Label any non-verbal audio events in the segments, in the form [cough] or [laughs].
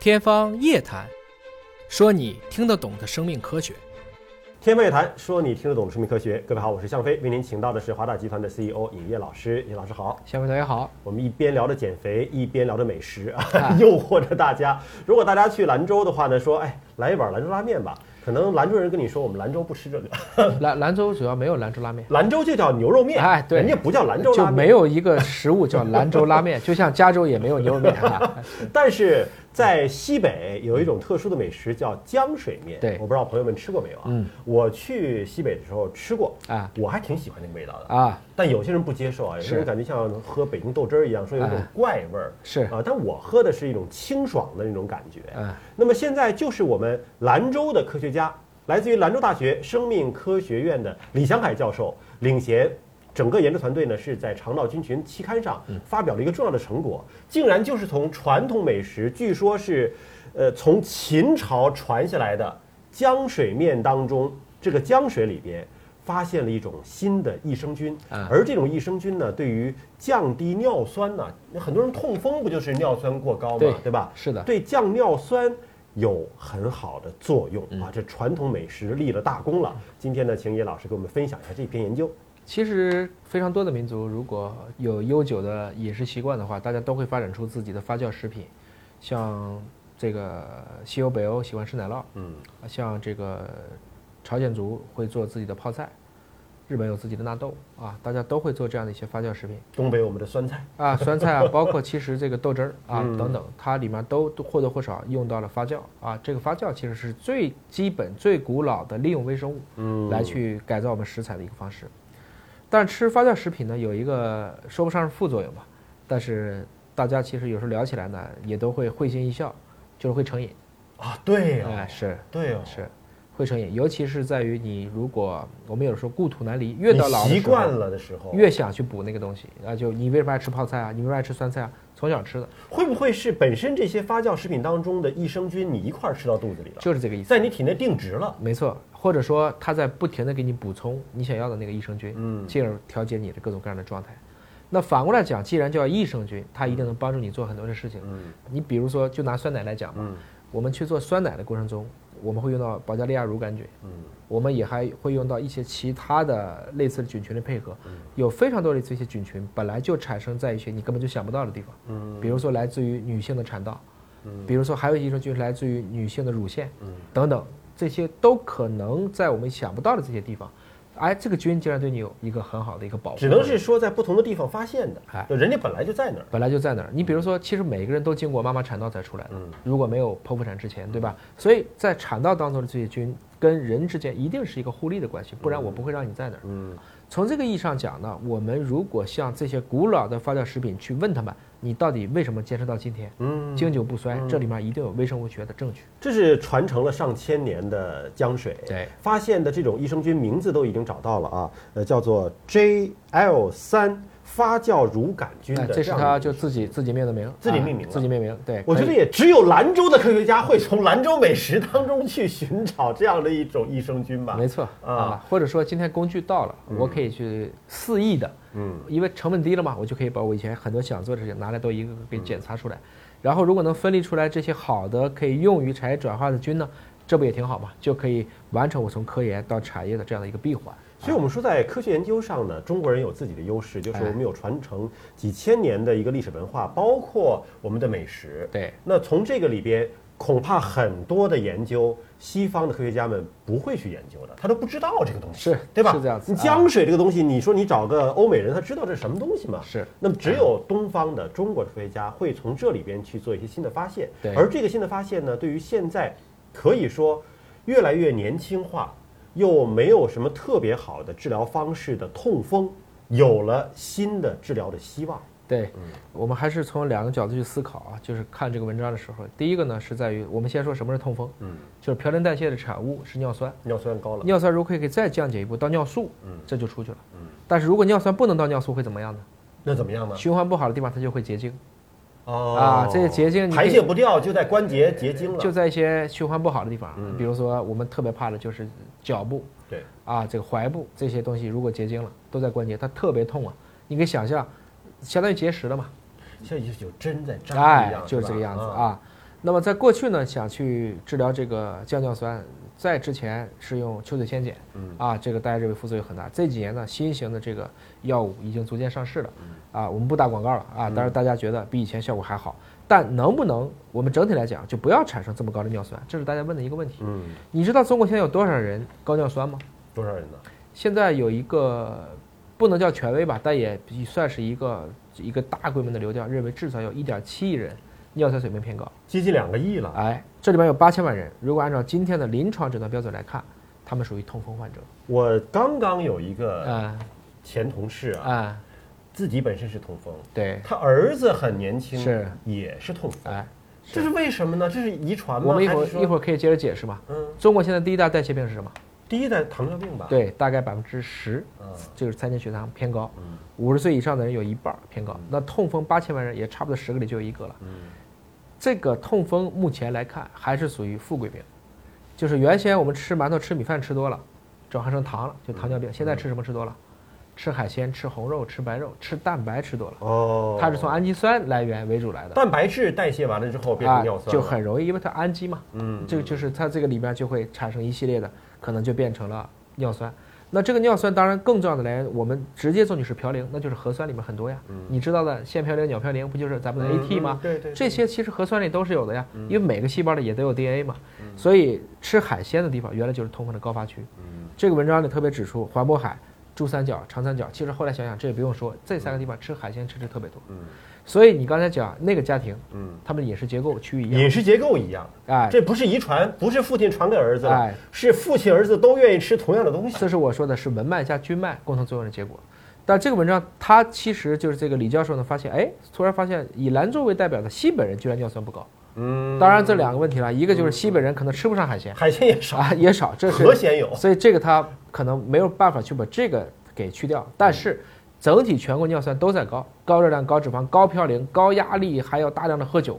天方夜谭，说你听得懂的生命科学。天方夜谭，说你听得懂的生命科学。各位好，我是向飞，为您请到的是华大集团的 CEO 尹烨老师。尹老师好，小飞同学好，我们一边聊着减肥，一边聊着美食啊哎， [laughs] 诱惑着大家。如果大家去兰州的话呢，说哎，来一碗兰州拉面吧，可能兰州人跟你说我们兰州不吃这个，兰兰州主要没有兰州拉面，兰州就叫牛肉面，哎对人家不叫兰州就拉面没。有一个食物叫兰州拉面，就像加州也没有牛肉面啊。但是在西北有一种特殊的美食叫浆水面，对我不知道朋友们吃过没有啊？嗯，我去西北的时候吃过，啊我还挺喜欢那个味道的。啊，但有些人不接受啊，有些人是感觉像喝北京豆汁儿一样，说有一种哎怪味儿。是啊，但我喝的是一种清爽的那种感觉。嗯，那么现在就是我们兰州的科学家，来自于兰州大学生命科学院的李祥海教授领衔。整个研究团队呢是在《肠道菌群》期刊上发表了一个重要的成果，竟然就是从传统美食，据说是，呃，从秦朝传下来的浆水面当中，这个浆水里边发现了一种新的益生菌，啊而这种益生菌呢，对于降低尿酸呢、很多人痛风不就是尿酸过高嘛，对对吧？是的对降尿酸有很好的作用嗯啊！这传统美食立了大功了。今天呢，请野老师给我们分享一下这篇研究。其实非常多的民族如果有悠久的饮食习惯的话，大家都会发展出自己的发酵食品，像这个西欧、北欧喜欢吃奶酪，嗯，像这个朝鲜族会做自己的泡菜，日本有自己的纳豆啊，大家都会做这样的一些发酵食品。东北我们的酸菜，啊，酸菜啊， [laughs] 包括其实这个豆汁儿啊嗯等等，它里面都都或多或少用到了发酵啊。这个发酵其实是最基本、最古老的利用微生物嗯来去改造我们食材的一个方式。但吃发酵食品呢，有一个说不上是副作用吧，但是大家其实有时候聊起来呢，也都会会心一笑，就是会成瘾。啊，对哦，哎，是对哦，是，会成瘾，尤其是在于你如果我们有时候故土难离，越你到老的习时候惯了的时候，越想去补那个东西啊，就你为什么爱吃泡菜啊？你为什么爱吃酸菜啊？从小吃的，会不会是本身这些发酵食品当中的益生菌，你一块儿吃到肚子里了，就是这个意思。在你体内定植了？没错，或者说它在不停的给你补充你想要的那个益生菌，嗯进而调节你的各种各样的状态。那反过来讲，既然叫益生菌，它一定能帮助你做很多的事情。嗯你比如说，就拿酸奶来讲吧，嗯我们去做酸奶的过程中，我们会用到保加利亚乳杆菌，嗯我们也还会用到一些其他的类似的菌群的配合，有非常多的这些菌群本来就产生在一些你根本就想不到的地方，嗯比如说来自于女性的产道，嗯比如说还有一种就是来自于女性的乳腺嗯等等，这些都可能在我们想不到的这些地方，哎，这个菌竟然对你有一个很好的一个保护，只能是说在不同的地方发现的哎，就人家本来就在那儿。本来就在那儿。你比如说，其实每个人都经过妈妈产道才出来的，嗯如果没有剖腹产之前，对吧？所以在产道当中的这些菌跟人之间一定是一个互利的关系，不然我不会让你在那儿。嗯从这个意义上讲呢，我们如果向这些古老的发酵食品去问他们，你到底为什么坚持到今天，嗯，经久不衰，这里面一定有微生物学的证据。这是传承了上千年的江水，对发现的这种益生菌名字都已经找到了啊，呃，叫做 JL 三发酵乳杆菌哎的，这是样他的就自己自己命的名，自己啊命名了自己命名。对，我可觉得以也只有兰州的科学家会从兰州美食当中去寻找这样的一种益生菌吧没。错啊，或者说今天工具到了，我可以去肆意的，嗯，因为成本低了嘛，我就可以把我以前很多想做的事情拿来都一个个给检查出来，然后如果能分离出来这些好的可以用于产业转化的菌呢，这不也挺好嘛？就可以完成我从科研到产业的这样的一个闭环。所以，我们说在科学研究上呢，中国人有自己的优势，哎就是我们有传承几千年的一个历史文化，包括我们的美食。对，那从这个里边，恐怕很多的研究，西方的科学家们不会去研究的，他都不知道这个东西，是对吧？是这样子啊你浆水这个东西，你说你找个欧美人，他知道这是什么东西吗？是那么只嗯有东方的中国的科学家会从这里边去做一些新的发现，对而这个新的发现呢，对于现在可以说越来越年轻化，又没有什么特别好的治疗方式的痛风，有了新的治疗的希望。对，我们还是从两个角度去思考啊，就是看这个文章的时候，第一个呢是在于我们先说什么是痛风，嗯，就是嘌呤代谢的产物是尿酸，尿酸高了，尿酸如果可以再降解一步到尿素，嗯这就出去了。但是如果尿酸不能到尿素会怎么样呢？那怎么样呢？循环不好的地方它就会结晶，哦啊这个结晶你可排以泄不掉，就在关节结晶了。嗯就在一些循环不好的地方，比如说我们特别怕的就是脚部对，啊，这个踝部这些东西如果结晶了，都在关节，它特别痛啊。你可以想象，相当于结石了嘛，像有有针在扎一哎样，，就是这个吧样子啊。啊。那么在过去呢，想去治疗这个降尿酸，在之前是用秋水仙碱，嗯啊，这个大家认为副作用很大。这几年呢，新型的这个药物已经逐渐上市嗯了，啊，我们不打广告了啊，但是大家觉得比以前效果还好。但能不能我们整体来讲就不要产生这么高的尿酸？这是大家问的一个问题。嗯，你知道中国现在有多少人高尿酸吗？多少人呢？现在有一个不能叫权威吧，但也算是一个一个大规模的流调，认为至少有一点七亿人尿酸水平偏高。接近两个亿了。哎，这里面有八千万人，如果按照今天的临床诊断标准来看，他们属于痛风患者。我刚刚有一个啊前同事啊，啊，自己本身是痛风，对，他儿子很年轻，是也是痛风，哎，这是为什么呢？这是遗传吗？我们一会还儿是说一会儿可以接着解释嘛。嗯，中国现在第一大代谢病是什么？第一代糖尿病吧。，对，大概百分之十，嗯就是三尖血糖偏高。嗯五十岁以上的人有一半儿偏高，那痛风八千万人也差不多十个里就有一个了。嗯这个痛风目前来看还是属于富贵病，就是原先我们吃馒头、吃米饭吃多了，转化成糖了，就糖尿病。现在吃什么吃多了？嗯吃海鲜、吃红肉、吃白肉、吃蛋白吃多了，嗯哦，它是从氨基酸来源为主来的蛋白质代谢完了之后变啊成尿，酸就了，很容易，因为它氨基嘛，嗯，这个就是它这个里面就会产生一系列的，可能就变成了尿酸。那这个尿酸当然更重要的来源，我们直接做女是嘌呤，那就是核酸里面很多呀。你知道的，腺嘌呤、鸟嘌呤不就是咱们的嗯 AT 吗？嗯对对，这些其实核酸里都是有的嗯呀，因为每个细胞里也都有 DNA 嘛，所以吃海鲜的地方原来就是痛风的高发区。嗯这个文章里特别指出，环渤海、珠三角、长三角，其实后来想想这也不用说，这三个地方吃海鲜吃的特别多。嗯所以你刚才讲那个家庭，嗯，他们的饮食结构区域一样，饮食结构一样，哎，这不是遗传，不是父亲传给儿子了哎，是父亲儿子都愿意吃同样的东西。这是我说的是文脉加菌脉共同作用的结果。但这个文章，他其实就是这个李教授呢，发现，哎，突然发现以兰州为代表的西本人居然尿酸不高。嗯，当然，这两个问题了，一个就是西本人可能吃不上海鲜海鲜也少，啊，也少， [laughs] 这是河鲜有。所以这个他可能没有办法去把这个给去掉，但是整体全国尿酸都在高，高热量、高脂肪、高嘌呤、高压力，还有大量的喝酒，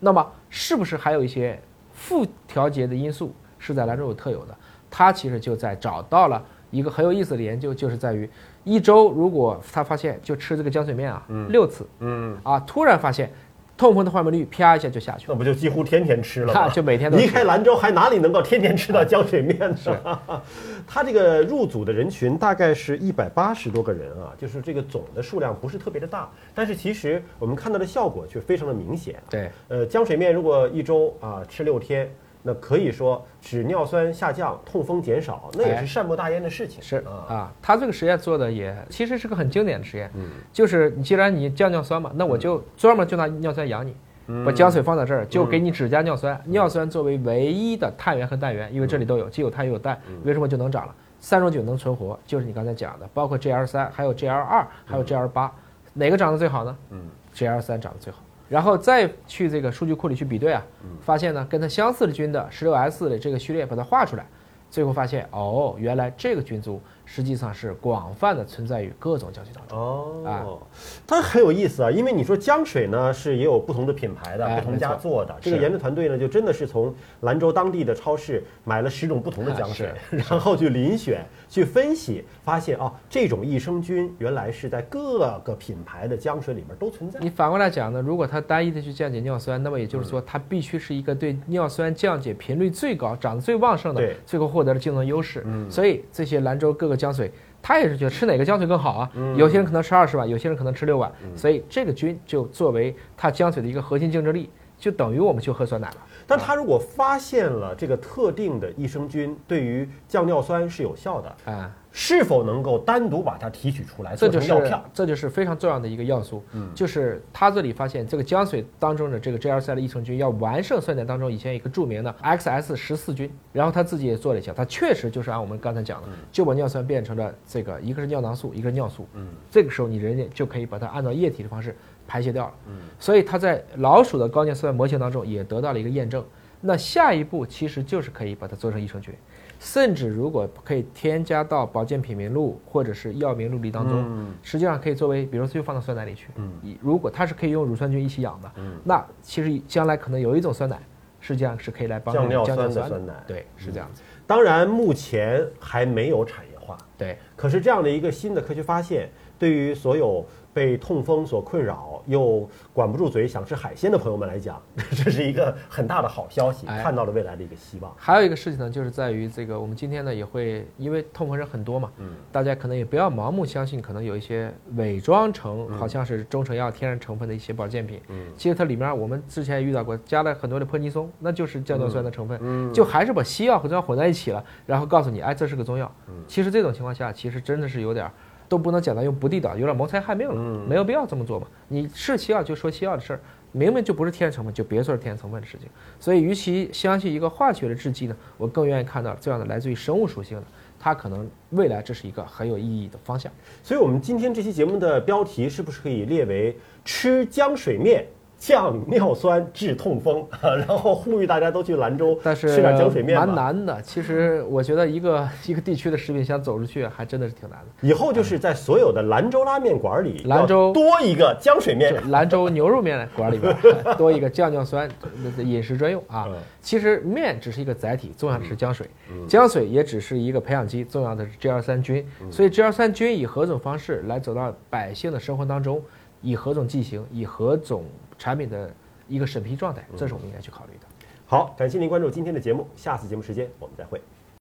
那么是不是还有一些负调节的因素是在兰州有特有的？他其实就在找到了一个很有意思的研究，就是在于一周如果他发现就吃这个浆水面啊、六次嗯，啊，突然发现痛风的患病率啪一下就下去了，那不就几乎天天吃了看吗？ [laughs] 就每天都离吃开兰州还哪里能够天天吃到浆水面呢？他这个入组的人群大概是一百八十多个人啊，就是这个总的数量不是特别的大，但是其实我们看到的效果却非常的明显。对呃，浆水面如果一周啊、吃六天，那可以说使尿酸下降、痛风减少，那也哎是善莫大焉的事情。是啊，啊，他这个实验做的也其实是个很经典的实验，嗯就是你既然你降尿酸嘛，那我就专门就拿尿酸养你，嗯把浆水放在这儿，就给你只加尿酸，尿酸作为唯一的碳源和氮源，因为这里嗯都有，既有碳又有氮，为什么就能长了？三种菌能存活，就是你刚才讲的，包括 GL 三，还有 GL 二，还有 GL 八，哪个长得最好呢？嗯 GL 三长得最好。然后再去这个数据库里去比对啊，嗯发现呢跟它相似的菌的 16S 的这个序列，把它画出来，最后发现哦，原来这个菌株实际上是广泛的存在于各种胶水当中。哦，它很有意思啊，因为你说浆水呢是也有不同的品牌的、哎不同家做的，这个是研制团队呢就真的是从兰州当地的超市买了十种不同的浆水啊，然后去遴选、去分析，发现啊这种益生菌原来是在各个品牌的浆水里面都存在。你反过来讲呢，如果它单一的去降解尿酸，那么也就是说它必须是一个对尿酸降解频率最高、长得最旺盛的对，最后获得了竞争优势。所以这些兰州各个浆水，它也是觉得吃哪个浆水更好啊？有些人可能吃二十碗，有些人可能吃六碗，所以这个菌就作为它浆水的一个核心竞争力，就等于我们去喝酸奶了。但它如果发现了这个特定的益生菌对于降尿酸是有效的，啊、是否能够单独把它提取出来做这就成是药片？嗯这就是非常重要的一个要素，就是他这里发现这个浆水当中的这个 GL 三的益生菌要完胜酸奶当中以前一个著名的 XS 十四菌，然后他自己也做了一下，他确实就是按我们刚才嗯讲的，就把尿酸变成了这个一个是尿囊素，一个是尿素，嗯这个时候你人家就可以把它按照液体的方式排泄掉了，嗯所以它在老鼠的高尿酸模型当中也得到了一个验证。那下一步其实就是可以把它做成益生菌，甚至如果可以添加到保健品名录或者是药名录里嗯当中，实际上可以作为，比如说就放到酸奶里去。嗯，如果它是可以用乳酸菌一起养的，嗯那其实将来可能有一种酸奶，实际上是可以来帮助降尿降酸尿的酸酸奶嗯对，是这样子。当然，目前还没有产业化。对，可是这样的一个新的科学发现，对于所有被痛风所困扰，又管不住嘴想吃海鲜的朋友们来讲， [laughs] 这是一个很大的好消息，哎看到了未来的一个希望。还有一个事情呢，就是在于这个，我们今天呢也会，因为痛风人很多嘛，嗯，大家可能也不要盲目相信，可能有一些伪装成好像是中成药天然成分的一些保健品，嗯，其实它里面我们之前也遇到过，加了很多的泼尼松，那就是胶尿酸的成分，嗯就还是把西药和中药混在一起了，然后告诉你，哎，这是个中药嗯。其实这种情况下，其实真的是有点儿都不能讲到用不地道，有点谋财害命了，嗯没有必要这么做嘛。你是西药就说西药的事儿，明明就不是天然成分，就别说是天然成分的事情。所以，与其相信一个化学的制剂呢，我更愿意看到这样的来自于生物属性的，它可能未来这是一个很有意义的方向。所以我们今天这期节目的标题是不是可以列为“吃浆水面”？降尿酸治痛风， [laughs] 啊然后呼吁大家都去兰州但吃是点浆水面吧。蛮难的，其实我觉得一个一个地区的食品想走出去，还真的是挺难的。以后就是在所有的兰州拉面馆里，兰州要多一个浆水面就。兰州牛肉面馆里边 [laughs] 多一个降尿酸呃饮食专用啊嗯。其实面只是一个载体，重要的是浆水，浆水也只是一个培养基，重要的是 G 二三菌。所以 G 二三菌以何种方式来走到百姓的生活当中，以何种剂型，以何种产品的一个审批状态，这是我们应该去考虑的。好，感谢您关注今天的节目，下次节目时间我们再会。